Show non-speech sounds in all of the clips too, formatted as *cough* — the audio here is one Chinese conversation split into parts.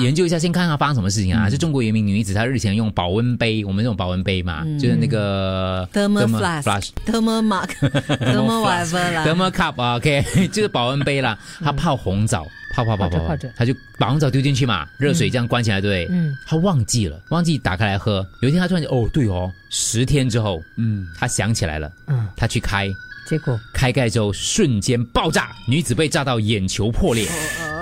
研究一下，先看看发生什么事情啊！就中国有一名女子，她日前用保温杯，我们这种保温杯嘛，就是那个 Thermal thermal flask、thermal mark、thermal *laughs* whatever 啦， thermal cup 啊，OK，就是 *laughs* 保温杯啦。她泡红枣，泡泡泡泡，泡着泡着她就把红枣丢进去嘛，热水这样关起来，对不对？嗯，她忘记了，忘记打开来喝。有一天她突然间，哦，对哦，十天之后，嗯，她想起来了，嗯，她去开，结果开盖之后瞬间爆炸，女子被炸到眼球破裂。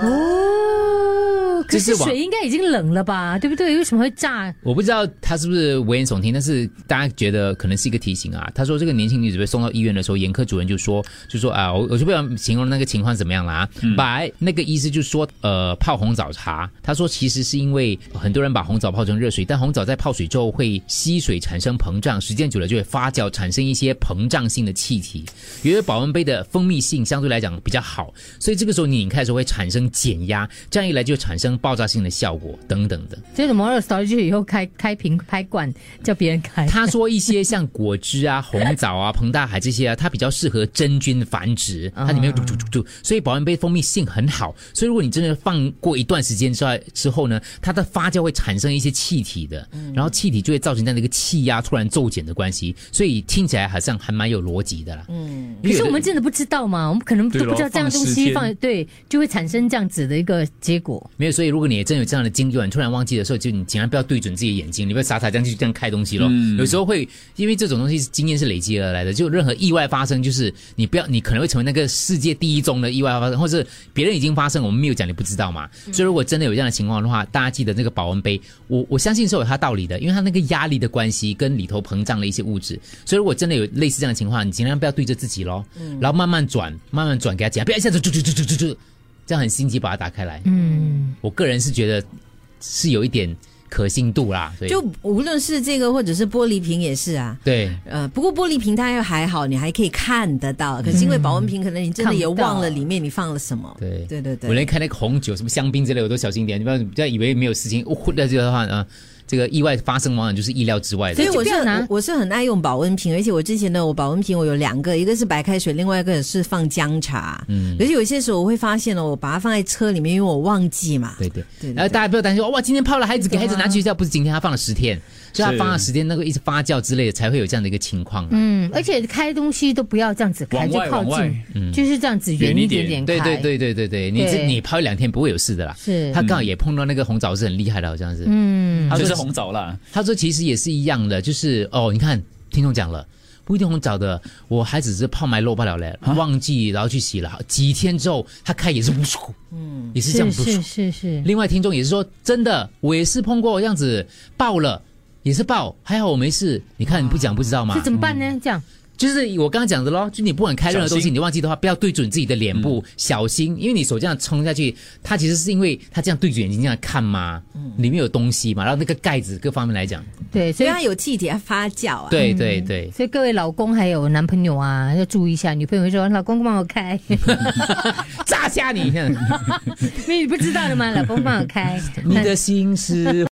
哦，可这是是网水应该已经冷了吧，对不对？为什么会炸？我不知道他是不是危言耸听，但是大家觉得可能是一个提醒啊。他说这个年轻女子被送到医院的时候，眼科主任就说，就说啊，我我就不想形容那个情况怎么样了啊。把、那个医师就说，呃，泡红枣茶，他说其实是因为很多人把红枣泡成热水，但红枣在泡水之后会吸水产生膨胀，时间久了就会发酵，产生一些膨胀性的气体。因为保温杯的蜂蜜性相对来讲比较好，所以这个时候你拧开的时候会产生减压，这样一来就产生爆炸性的效果等等的。这种 moral story 就是以后开开瓶开罐叫别人开，他说一些像果汁啊、红枣啊、膨大海这些啊，它比较适合真菌繁殖，它里面有嘟嘟嘟嘟，所以保温杯蜂蜜性很好。所以如果你真的放过一段时间之后之后呢，它的发酵会产生一些气体的，然后气体就会造成这样的一个气压突然骤减的关系，所以听起来好像还蛮有逻辑的啦。嗯，可是我们真的不知道嘛，我们可能都对不咯知道这样东西放放对就会产生这样子的一个结果。没有，所以如果你也真有这样的经历，你突然忘记的时候，就你尽量不要对准自己的眼睛，你不要傻傻这样去这样开东西咯。有时候会因为这种东西是经验是累积而来的，就任何意外发生，就是你不要，你可能会成为那个世界第一宗的意外发生，或者别人已经发生，我们没有讲，你不知道嘛。所以如果真的有这样的情况的话，大家记得那个保温杯，我我相信是有它道理的，因为它那个压力的关系跟里头膨胀的一些物质，所以如果真的有类似这样的情况，你尽量不要对着自己咯，然后慢慢转，慢慢转给它讲，不要一下子就就就就就就这样很心急把它打开来，嗯，我个人是觉得是有一点可信度啦，所以 *laughs* 就无论是这个或者是玻璃瓶也是啊。对呃，不过玻璃瓶它又还好，你还可以看得到。可是因为保温瓶，可能你真的也忘了看不到里面你放了什么。对对对我连对，看那个红酒、什么香槟之类，我都小心一点，你不要不要以为没有事情，哦，混在这个的话啊、呃这个意外发生往往就是意料之外所的以。我就是不要拿我我是很爱用保温瓶，而且我之前呢，我保温瓶我有两个，一个是白开水，另外一个是放姜茶。嗯，可是有一些时候我会发现哦呢，我把它放在车里面，因为我忘记嘛。对对，对对然后大家不要担心，哇，今天泡了，孩子给孩子拿去一下，不是今天，他放了十天，啊所以他是放了十天，那个一直发酵之类的，才会有这样的一个情况、啊。嗯，而且开东西都不要这样子开，往就外靠往外嗯近，就是这样子远远一一点点点开。对对，对对对对，你对这你泡一两天不会有事的啦。是嗯他刚好也碰到那个红枣是很厉害的，好像是。嗯，他就说是红枣啦，他说其实也是一样的，就是哦，你看听众讲了。不一定红枣的，我还只是泡埋肉罢了嘞，啊忘记然后去洗了，几天之后他开也是不熟，嗯，也是这样是不是熟。是是，另外听众也是说，真的，我也是碰过这样子爆了，也是爆，还好我没事。你看你不讲不知道嘛这，怎么办嗯呢？这样就是我刚刚讲的咯，就你不管开任何东小西，心你忘记的话，不要对准自己的脸部，嗯小心，因为你手这样冲下去，它其实是因为它这样对着眼睛这样看嘛，嗯里面有东西嘛，然后那个盖子各方面来讲，对，所所以以它有气体它发酵啊。对对对，所以各位老公还有男朋友啊，要注意一下。女朋友说：“老公帮我开，炸瞎你！ *laughs* 因为你不知道的嘛，老公帮我开。”你的心是